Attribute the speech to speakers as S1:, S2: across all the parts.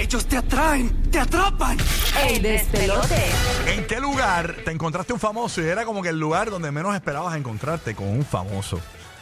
S1: Ellos te atraen, te atrapan.
S2: El despelote.
S3: ¿En qué lugar te encontraste un famoso y era como que el lugar donde menos esperabas encontrarte con un famoso?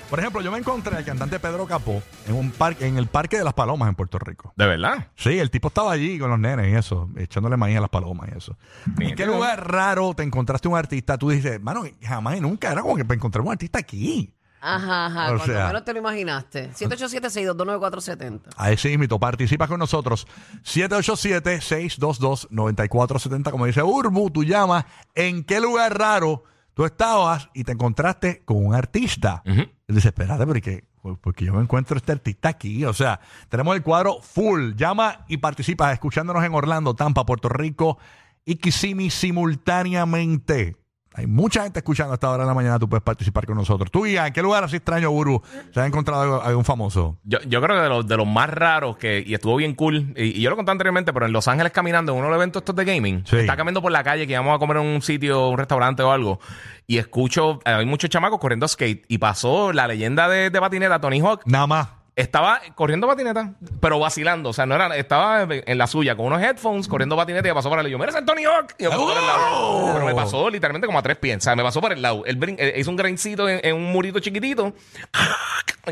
S3: Por ejemplo, yo me encontré al cantante Pedro Capó en un parque, en el Parque de las Palomas en Puerto Rico.
S4: ¿De verdad?
S3: Sí, el tipo estaba allí con los nenes y eso, echándole maíz a las palomas y eso. ¿En qué
S4: Mira.
S3: lugar raro te encontraste un artista? Tú dices, mano, jamás y nunca era como que me encontré un artista aquí.
S2: Ajá, ajá.
S3: O
S2: cuando
S3: sea.
S2: menos te lo imaginaste. 787-622-9470.
S3: A ese ímito, participa con nosotros. 787-622-9470, como dice Urbu, tú llamas. ¿En qué lugar raro tú estabas y te encontraste con un artista? Y dices, espérate, porque, porque yo me encuentro este artista aquí. O sea, tenemos el cuadro full. Llama y participa escuchándonos en Orlando, Tampa, Puerto Rico y Kissimmee simultáneamente. Hay mucha gente escuchando hasta ahora de la mañana. Tú puedes participar con nosotros. Tú, Ian, ¿en qué lugar así extraño, Urbu, se ha encontrado algo- algún famoso?
S4: Yo, yo creo que de los, de los más raros que, y estuvo bien cool, y, y yo lo conté anteriormente, pero en Los Ángeles caminando, en uno de los eventos estos de gaming,
S3: Sí.
S4: está caminando por la calle que íbamos a comer en un sitio, un restaurante o algo, y escucho, eh, hay muchos chamacos corriendo skate, y pasó la leyenda de, de patineta, Tony Hawk,
S3: Nada más.
S4: estaba corriendo patineta, pero vacilando, o sea, no era, estaba en la suya, con unos headphones, corriendo patineta, y me pasó por el lado, yo, mira, ese es Tony Hawk, y me pasó por el lado, pero me pasó literalmente como a tres pies, o sea, me pasó por el lado, él, brin- él hizo un grancito en, en un murito chiquitito,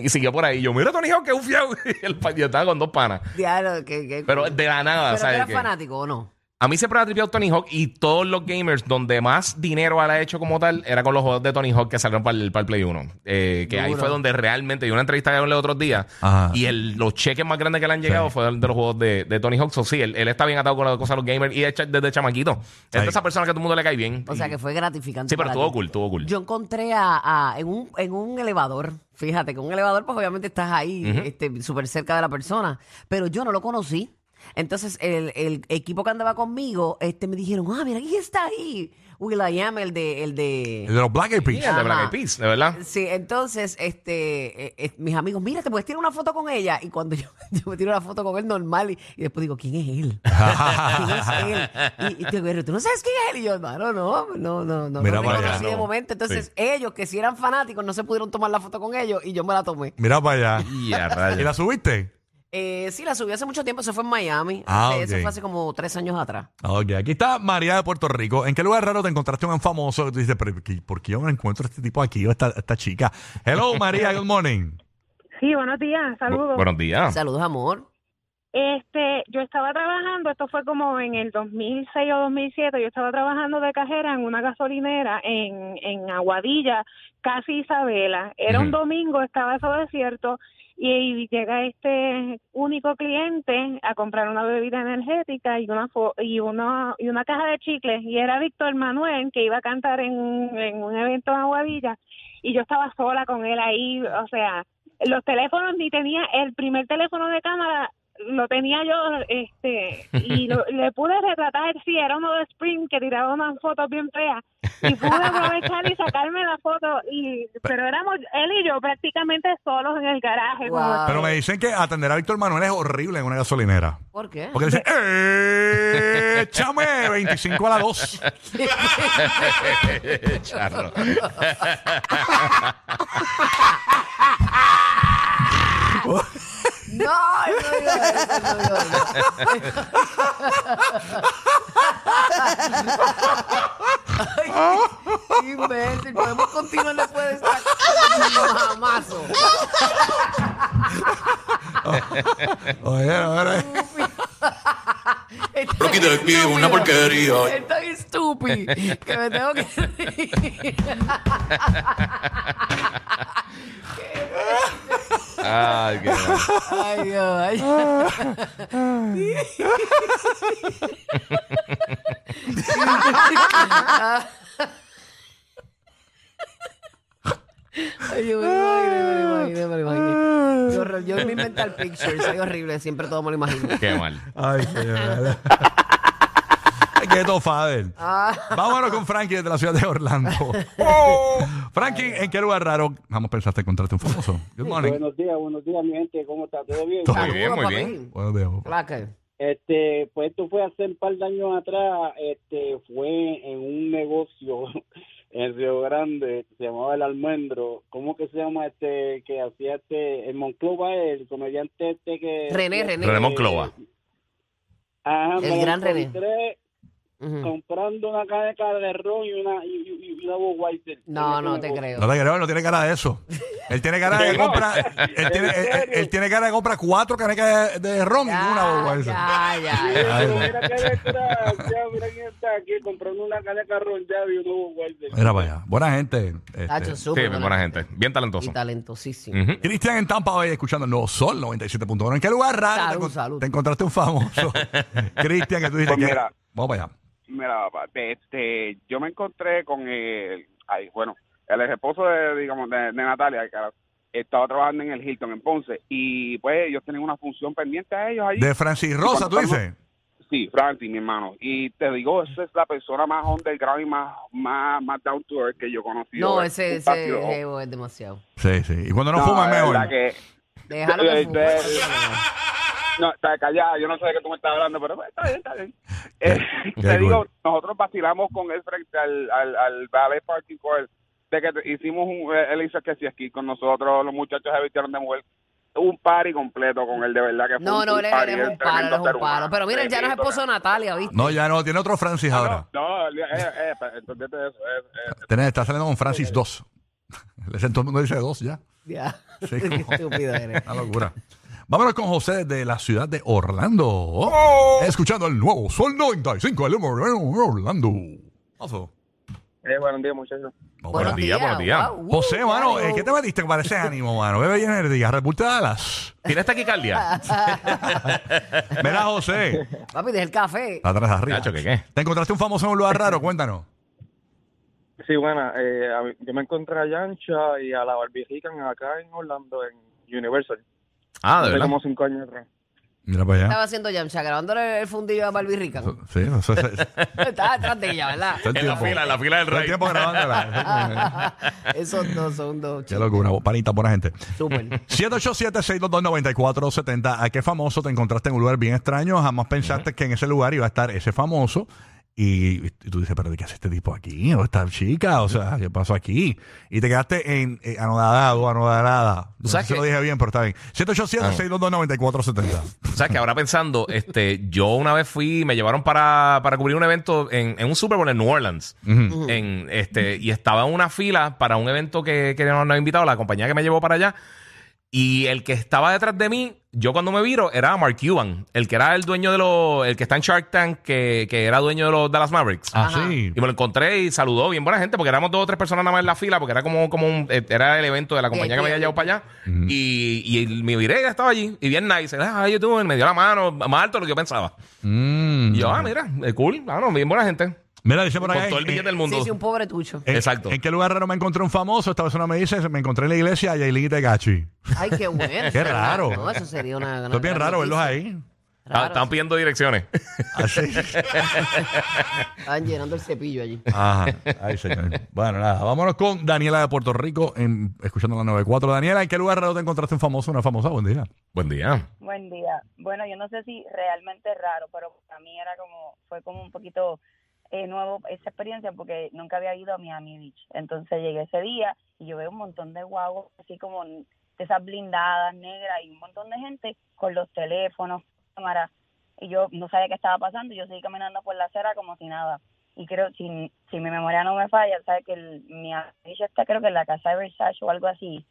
S4: y siguió por ahí. Yo, mira, Tony Hawk, que un fiao. Y el pa- Yo estaba con dos panas.
S2: Diablo, que, que-
S4: Pero eh, de la nada,
S2: ¿Pero tú
S4: ¿sabes?
S2: eras
S4: qué?
S2: fanático o no?
S4: A mí siempre me ha tripeado Tony Hawk y todos los gamers donde más dinero ha hecho como tal era con los juegos de Tony Hawk que salieron para el, para el Play 1. Eh, que ahí
S2: Duro.
S4: fue donde realmente, yo una entrevista que los otros días
S3: Ajá.
S4: y el, los cheques más grandes que le han llegado fue de los juegos de, de Tony Hawk. So, sí, él, él está bien atado con las cosas de los gamers y de cha- desde chamaquito. Es
S3: Ahí.
S4: de esa persona que a todo el mundo le cae bien.
S2: O sea, que fue gratificante.
S4: Sí, pero
S2: para
S4: estuvo
S2: ti.
S4: cool, estuvo cool.
S2: Yo encontré a, a- en, un, en un elevador. Fíjate, que un elevador, pues obviamente estás ahí, este, súper cerca de la persona. Pero yo no lo conocí. Entonces, el, el equipo que andaba conmigo, este, me dijeron, ah, mira, ¿quién está ahí? Will I am, el de, el de.
S3: El de los Black Eyed Peas.
S4: Sí, el de Black Eyed Peas, de verdad.
S2: Sí, entonces, este, eh, eh, mis amigos, mira, te puedes tirar una foto con ella. Y cuando yo, yo me tiro una foto con él normal, y, y después digo, ¿quién es él? ¿Quién es él? Y, y te digo, "Pero tú no sabes quién es él. Y yo, hermano, no, no, no, no.
S3: Mira
S2: no
S3: para
S2: me
S3: allá,
S2: conocí de
S4: no.
S2: momento. Entonces,
S4: Sí.
S2: ellos que si eran fanáticos no se pudieron tomar la foto con ellos y yo me la tomé.
S3: Mira para allá.
S4: Y a rayos.
S3: ¿Y la subiste?
S2: Eh, sí, la subí hace mucho tiempo, eso fue en Miami.
S3: Ah,
S2: Hace- Eso
S3: ok.
S2: fue hace como tres años atrás.
S3: Ok, aquí está María de Puerto Rico. ¿En qué lugar raro te encontraste un famoso? Y Tú dices, pero ¿qué- ¿por qué yo me encuentro a este tipo aquí o a esta, a esta chica? Hello, María, good morning.
S5: Sí, buenos días,
S4: Bu-
S5: saludos.
S4: buenos
S3: Ah.
S4: días.
S2: Saludos, amor.
S5: Este, yo estaba trabajando, esto fue como en el 2006 o 2007, yo estaba trabajando de cajera en una gasolinera en, en Aguadilla, casi Isabela. Era un
S4: Ujú.
S5: domingo, estaba eso desierto y, llega este único cliente a comprar una bebida energética y una fo- y una y una caja de chicles y era Víctor Manuel que iba a cantar en, un- en un evento en Aguadilla y yo estaba sola con él ahí, o sea, los teléfonos ni tenía el primer teléfono de cámara lo tenía yo este y lo- le pude retratar sí era uno de Spring que tiraba unas fotos bien feas y pude aprovechar y sacarme la foto y pero éramos él y yo prácticamente solos en el garaje como-
S2: Wow.
S3: Pero me dicen que atender a Víctor Manuel es horrible en una gasolinera.
S2: ¿Por qué?
S3: Porque dice, "Eh, échame 25 a la 2.
S4: Charro.
S2: No, no, digas eso, no, digas eso. Ay, Imbécil, podemos continuar después de esta mamazo.
S3: Oye, oye,
S2: Rocky
S6: Rocky del Pi, una porquería.
S2: Es tan estúpido que me tengo que reír.
S4: Ay, qué mal.
S2: Ay, Dios. ay. Ay, yo me lo imaginé, me lo imaginé, me lo imaginé. Qué horror. Yo en mi mental picture soy horrible, siempre todo me lo imagino.
S4: Qué mal.
S3: Ay, señor. Ay, qué tofader.
S2: Ah,
S3: Vámonos con Frankie desde la ciudad de Orlando. Oh. Frankie, ¿en qué lugar raro vamos pensaste encontrarte un famoso? Good morning.
S7: Buenos días, buenos días, mi gente. ¿Cómo está? ¿Todo bien?
S3: Todo-
S4: Muy bien,
S2: Saludos,
S4: muy bien.
S2: papi.
S3: Buenos días, papá.
S2: Placa.
S7: Este, pues esto fue hace un par de años atrás. Este, fue en un negocio en Río Grande, se llamaba El Almendro. ¿Cómo que se llama este que hacía este? El Monclova, el comediante este que.
S2: René, René.
S4: René Monclova.
S7: Ajá,
S2: El
S7: me lo
S2: gran René.
S7: encontré
S2: Ujú.
S7: comprando una caneca de ron y una, y, y- y una Bob Weiser.
S2: No,
S7: En ese
S2: no te
S7: negocio.
S2: creo.
S3: No te creo, él no tiene cara de eso. Él tiene cara de que
S7: No.
S3: compra. Él tiene, él-
S7: ¿En
S3: él-
S7: serio?
S3: él tiene cara de compra cuatro canecas de, de ron y una Budweiser.
S2: ya, ya, ya.
S3: Ay.
S7: Mira, mira qué desgracia, mira quién está aquí comprando una caneca de ron ya y una Bob Weiser.
S3: Mira para allá. Buena gente. este.
S2: Tacho,
S4: Sí,
S2: súper
S4: buena gente. Bien talentoso.
S2: Y talentosísimo.
S4: Ujú.
S3: Cristian en Tampa Bay escuchando el nuevo Sol 97.1. ¿En qué lugar raro
S2: Salud,
S3: te, encon-
S2: salud.
S3: te encontraste un famoso? Cristian, que tú dijiste
S8: Pues
S3: que...
S8: mira.
S3: Vamos para allá.
S8: Mira, papá, este, yo me encontré con el, ay, bueno, el ex esposo de, digamos, de, de Natalia, que estaba trabajando en el Hilton en Ponce, y pues ellos tenían una función pendiente a ellos allí.
S3: De Francis Rosa, tú dices.
S8: Sí, Francis, mi hermano. Y te digo, esa es la persona más underground y más, más, más down to earth que yo conocí.
S2: No, ese, ese jevo es demasiado.
S3: Sí, sí. Y cuando no, fuma es mejor.
S8: Que,
S2: Déjalo que
S8: Eh,
S2: fume.
S8: eh, no, está callada, yo no sé de qué tú me estás hablando, pero pues, está bien, está bien. Eh,
S3: Qué
S8: te digo,
S3: cool.
S8: nosotros vacilamos con él frente al, al, al Ballet Parking Court, de que te- hicimos un, eh, él hizo que si aquí con nosotros, los muchachos se vistieron de mujer, un party completo con él, de verdad que fue
S2: No,
S8: un,
S2: no,
S8: un
S2: él es- él
S8: party,
S2: es
S8: él
S2: un paro, él
S8: tremendo
S2: es
S8: ser
S2: un
S8: humano,
S2: paro. Pero mira, él ya no es
S8: tremendo,
S2: esposo de Natalia, ¿viste?
S3: No, ya no. Tiene otro Francis
S4: Ah,
S8: No,
S3: ahora.
S8: No, eh, eh, eh, entonces eso, eh, eh,
S3: Tiene- está saliendo con Francis 2. Todo el mundo dice 2 ya.
S2: Ya.
S3: Sí,
S2: Qué
S3: como-
S2: estúpido eres.
S3: Una locura. Vámonos con José de la ciudad de Orlando.
S4: Oh.
S3: Escuchando el nuevo Sol 95, el Orlando. Oso.
S8: eh, buenos días, muchachos.
S3: Vamos
S2: Buenos
S3: para allá.
S4: días, buenos días.
S2: Wow, uh,
S3: José, mano,
S2: claro.
S3: eh, ¿qué te metiste? Parece ánimo, mano. Bebe bien energía, repulta Dallas.
S4: ¿Tienes taquicardia?
S3: Mira, José.
S2: Papi, deja el café.
S3: Está atrás arriba.
S4: Nacho, ¿qué Este. qué?
S3: ¿Te encontraste un famoso en un lugar raro? Cuéntanos.
S9: Sí, bueno, eh, a mí- yo me encontré a Yancha y a la Barbirican acá en Orlando, en Universal.
S4: Ah, de
S9: Hace
S4: verdad.
S9: como cinco años atrás.
S3: Mira para allá.
S2: Estaba haciendo Yamcha, grabándole el fundillo a Barbie Rica.
S3: Sí, eso es.
S2: Estaba detrás de ella, ¿verdad?
S3: Todo el
S4: En la
S3: tiempo.
S4: fila, en la fila del
S3: Todo el
S4: rey.
S3: tiempo grabándola.
S2: Esos dos son dos
S3: Qué
S2: chicos.
S3: locura, panita, buena gente.
S2: Súper.
S3: 787-622-9470. ¿A qué famoso te encontraste en un lugar bien extraño? Jamás pensaste que en ese lugar iba a estar ese famoso. Y, y tú dices, pero ¿de ¿qué hace este tipo aquí? ¿O esta chica? O sea, ¿qué pasó aquí? Y te quedaste en, eh, anodadado, anodadada. No sé
S4: sabes
S3: si
S4: que- Ah.
S3: lo dije bien, pero está bien. 787-622-9470.
S4: O sea, que ahora pensando, este, yo una vez fui, me llevaron para, para cubrir un evento en, en un Super Bowl en New Orleans.
S3: Mm.
S4: en, este, y estaba en una fila para un evento que, que nos, nos ha invitado la compañía que me llevó para allá. Y el que estaba detrás de mí, yo cuando me viro, era Mark Cuban, el que era el dueño de los, el que está en Shark Tank, que, que era dueño de los Dallas Mavericks.
S3: Ah,
S2: Ajá.
S3: sí.
S4: Y me lo encontré y saludó bien buena gente, porque éramos dos o tres personas nada más en la fila, porque era como, como un, eh, era el evento de la compañía que me había llevado para allá. Y, y el- mi virega estaba allí, y bien nice. Ah, yo tuve, me dio la mano, más alto de lo que yo pensaba.
S3: Mm.
S4: Y yo, ah, mira, eh, cool, ah, no, bien buena gente.
S3: Mira, dice por
S4: Con
S3: ahí.
S4: todo el billete del mundo.
S2: Sí, sí, un pobre tucho.
S3: ¿En,
S4: Exacto.
S3: ¿En qué lugar raro me encontré un famoso? Esta persona me dice, me encontré en la iglesia a Yailin y Tegachi.
S4: Ah,
S2: Ay, qué bueno.
S3: Qué raro.
S2: No, eso sería una. una
S3: Esto es bien
S2: gran
S3: raro verlos
S2: noticia.
S3: ahí.
S4: Ah,
S2: Raro,
S4: Estaban pidiendo direcciones. Ah,
S3: Así.
S2: Estaban llenando el cepillo allí.
S3: Ajá. Ay, señor. bueno, nada. Vámonos con Daniela de Puerto Rico, en, escuchando la 94. Daniela, ¿en qué lugar raro te encontraste un famoso, una famosa? Buen día.
S4: Buen día.
S10: Buen día. Bueno, yo no sé si realmente es raro, pero para mí era como, fue como un poquito eh, nuevo esa experiencia porque nunca había ido a Miami Beach. Entonces llegué ese día y yo veo un montón de guagos así como de esas blindadas negras y un montón de gente con los teléfonos, cámaras. Y yo no sabía qué estaba pasando y yo seguí caminando por la acera como si nada. Y creo, si, si mi memoria no me falla, sabe que el, Miami Beach está creo que en la casa de Versace o algo así.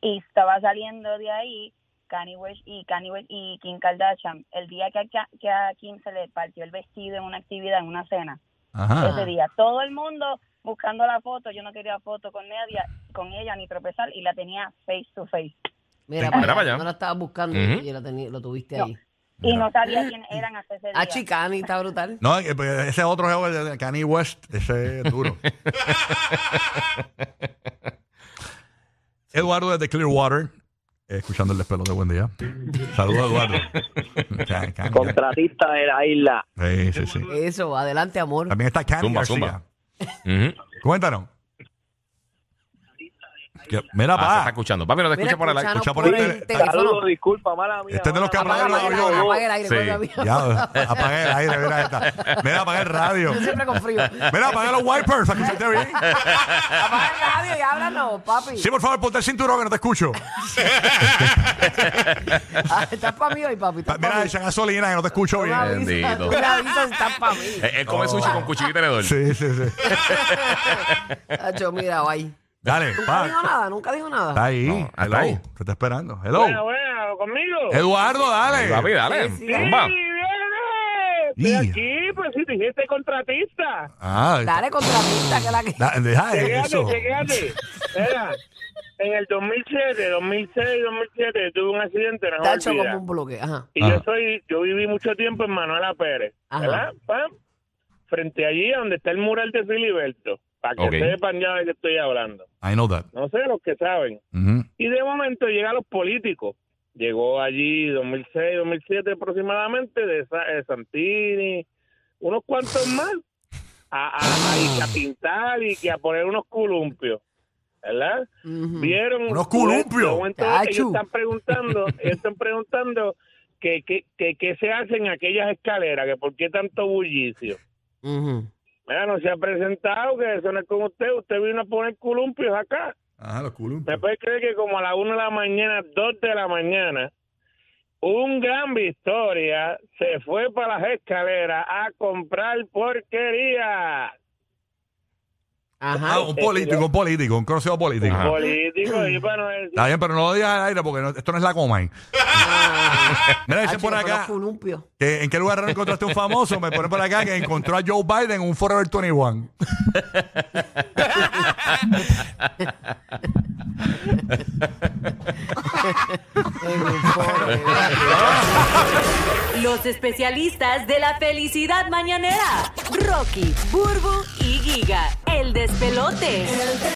S10: Y estaba saliendo de ahí Kanye West y Kanye West y Kim Kardashian, el día que a, Ka- que a Kim se le partió el vestido en una actividad, en una cena,
S3: Ajá.
S10: ese día, todo el mundo buscando la foto, yo no quería foto con nadie, con ella ni tropezar y la tenía face to face.
S2: Mira,
S4: Mira
S2: para
S4: para allá.
S2: allá. No la estaba buscando
S4: Ujú.
S2: y la teni- lo tuviste
S10: No.
S2: ahí.
S10: Y no sabía quién eran hasta ese día.
S2: Ah, Chicani, está brutal.
S3: No, eh, pues, ese otro jefe de de Kanye West, ese es duro. Eduardo desde Clearwater, eh, escuchando el despelo de buen día. Saludos, Eduardo. Can- Can-
S7: Contratista de la isla.
S3: Sí, sí, sí.
S2: Eso, adelante, amor.
S3: También está Kanye
S4: Zumba,
S3: García.
S4: zumba. Ujú.
S3: Cuéntanos. Que- mira,
S4: Ah, se está
S3: pa.
S4: escuchando. Papi, no te
S2: Mira,
S4: escucha por el
S2: escuchanos
S4: aire.
S3: escucha por el tele-
S9: Saludos, disculpa, mala mía.
S3: Este es de los que
S9: mala
S3: hablaron
S9: mía.
S3: yo-
S2: Apaga el aire, apaga el aire,
S4: Sí.
S2: coño, amigo.
S3: Ya, apagué el aire, mira esta. Mira, apagué el radio.
S2: Yo siempre con frío.
S3: Mira, apagué los wipers, para escucharte bien.
S2: Apaga el radio y háblanos, papi.
S3: Sí, por favor, ponte el cinturón que no te escucho.
S2: Ah, estás para mí hoy, papi. Estás pa'
S3: pues. Mira,
S2: mí.
S3: echa gasolina que no te escucho
S2: Tú me
S3: bien.
S2: avisas,
S4: Bendito.
S2: tú me avisas, estás para mí.
S3: Eh.
S4: Él, él Eh, come sushi con cuchillo y tenedor.
S3: Sí, sí, sí.
S2: Hacho, mira, bye.
S3: Dale,
S2: Nunca dijo
S3: pa.
S2: nada, nunca dijo
S3: Está
S2: nada.
S3: ahí.
S4: No, hasta
S3: Hello.
S4: ahí.
S3: Te está esperando. Hello.
S9: buena, conmigo.
S3: Eduardo, dale.
S4: Papi, dale.
S2: Sí, sí.
S4: Zumba.
S3: Estoy Yeah.
S9: aquí, pues si te hiciste contratista.
S3: Ah,
S2: Dale contratista que la que.
S3: da- deja eso.
S9: Chequéate, chequéate. Era, en el 2007, 2006, 2007, tuve un accidente, no me
S2: Tacho
S9: olvida.
S2: como un bloque. Ajá.
S9: Y
S3: Ajá.
S9: yo soy, yo viví mucho tiempo en Manuela Pérez,
S2: Ajá.
S9: ¿verdad? Pam. Frente allí donde está el mural de Filiberto, para que
S4: Ok.
S9: sepan ya de qué estoy hablando.
S3: I know that.
S9: No sé los que saben.
S3: Ujú.
S9: Y de momento llegan los políticos. Llegó allí 2006, 2007 aproximadamente, de, Sa- de Santini, unos cuantos más, a, a- a- y que a pintar y que a poner unos columpios, ¿verdad?
S2: Ujú.
S9: Vieron...
S3: Mm. Unos columpios.
S9: de momento
S2: Chacho.
S9: ellos están preguntando, ellos están preguntando que qué que, que se hacen aquellas escaleras, que por qué tanto bullicio.
S2: Ujú.
S9: Mira, no se ha presentado, que eso no es con usted, usted vino a poner columpios acá.
S3: Ajá, los
S9: ¿Me
S3: columpios.
S9: puede creer que como a las 1 de la mañana, 2 de la mañana, un gran Victoria se fue para las escaleras a comprar porquería?
S3: Ah,
S2: Ajá.
S3: un político, un político, un conocido político.
S4: Ajá.
S9: Político, y para no decir,
S3: Está bien, pero no lo digas al aire porque no- esto no es la Comay. Mira, dice
S2: Tacho,
S3: por
S2: yo
S3: acá.
S2: conozco un lumpio.
S3: que- ¿En qué lugar raro encontraste un famoso? Me ponen por acá que encontró a Joe Biden en un Forever 21.
S11: Los especialistas de la felicidad mañanera. Rocky, Burbu y Giga. El despelote.